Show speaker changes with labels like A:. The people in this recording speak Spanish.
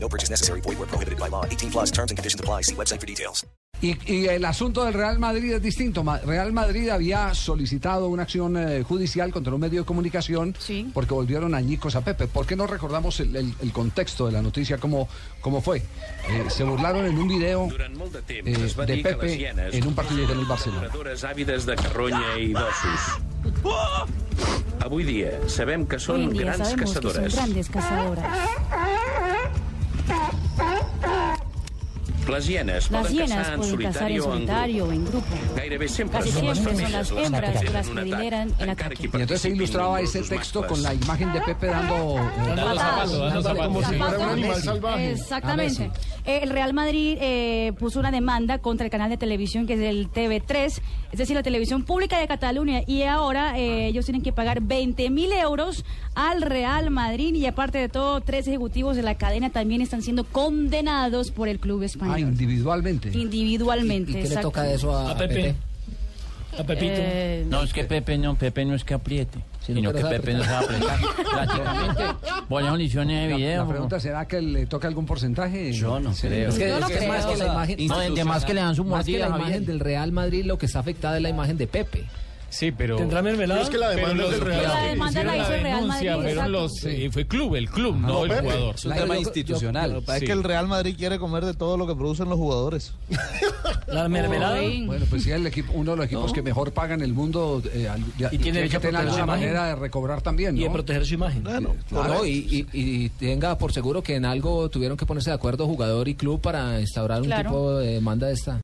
A: No purchase necessary. Void where prohibited by law. 18 plus terms and conditions apply. See website for details.
B: Y, y el asunto del Real Madrid es distinto. Ma- Real Madrid había solicitado una acción eh, judicial contra un medio de comunicación
C: Sí.
B: porque volvieron añicos a Pepe. ¿Por qué no recordamos el, el- el contexto de la noticia? ¿Cómo, cómo fue? Eh, se burlaron en un video
D: Durant molt de temps
B: eh,
D: es va
B: de
D: dir que les
B: Pepe
D: hienes
B: en un partido del Barcelona.
D: depredadores àvides de carronya i d'ossos. Avui dia sabem que
C: Hoy
D: són
C: en día
D: grans
C: sabemos que son
D: caçadores.
C: grandes cazadoras.
D: Les hienes
C: Las
D: poden
C: hienas
D: caçar en
C: pueden cazar
D: solitari o
C: en
D: en
C: solitario
D: grup.
C: o en grupo.
D: Gairebé sempre
C: Casi
D: són les
C: siempre son
D: femelles
C: las
D: les que
C: hembras las
D: lideren
C: que
D: un
C: lideran
D: atac,
C: el
D: encara
C: ataque.
D: que hi
B: Y entonces se
D: participin
B: ilustraba ese
D: nombrosos
B: texto
D: mascles.
B: con la imagen de Pepe dando... eh,
E: Como si fuera un animal salvaje.
B: A
F: Ah,
C: Exactamente.
B: ver,
C: Eh, El Real Madrid eh, puso una demanda contra el canal de televisión que es el TV3, es decir, la televisión pública de Cataluña. Y ahora eh,
F: Ah.
C: ellos tienen que pagar 20 mil euros al Real Madrid. Y aparte de todo, tres ejecutivos de la cadena también están siendo condenados por el club
B: ah,
C: español.
B: individualmente.
C: individualmente.
F: ¿Y qué le
C: exacto.
F: toca de eso a,
E: A
F: a Pepe?
E: Pepe. A Pepito.
C: Eh,
G: No, es que Pepe no, Pepe no es que apriete, sino que
F: que
G: Pepe no se va a apretar. Prácticamente, varias condiciones de
B: La, la
G: video.
B: pregunta será que le toca algún porcentaje.
G: Yo no
B: Sí.
G: creo.
F: Es que,
C: Yo no
F: es que
C: creo.
F: más que la imagen,
G: No, de más que le dan su
F: más que
G: mordida,
F: la
G: Javier.
F: imagen del Real Madrid, lo que está afectada es la imagen de Pepe.
E: Sí, pero. Tendrá mermelada.
H: Pero es que la demanda
E: pero
H: del
E: los
H: Real
E: reales
C: Madrid.
E: que
C: La demanda la
E: hicieron
C: hizo el Real
E: denuncia
C: Madrid, exacto.
E: fueron los. eh, fue club, el club, no, el
H: Pepe.
F: La-
E: jugador.
F: yo- yo-
E: Sí.
I: Es que el Real Madrid quiere comer de todo lo que producen los jugadores.
E: La mermelada.
B: Bueno, pues sí, el equipo, uno de los equipos que mejor pagan el mundo eh, al- ya-
E: Y tiene
B: que
E: derecho a
B: tener
E: proteger
B: alguna
E: su imagen.
B: manera de recobrar también, ¿no?
E: Y de proteger su imagen.
F: No, y, y- y tenga por seguro que en algo tuvieron que ponerse de acuerdo jugador y club para instaurar un
C: Claro.
F: tipo de demanda de esta.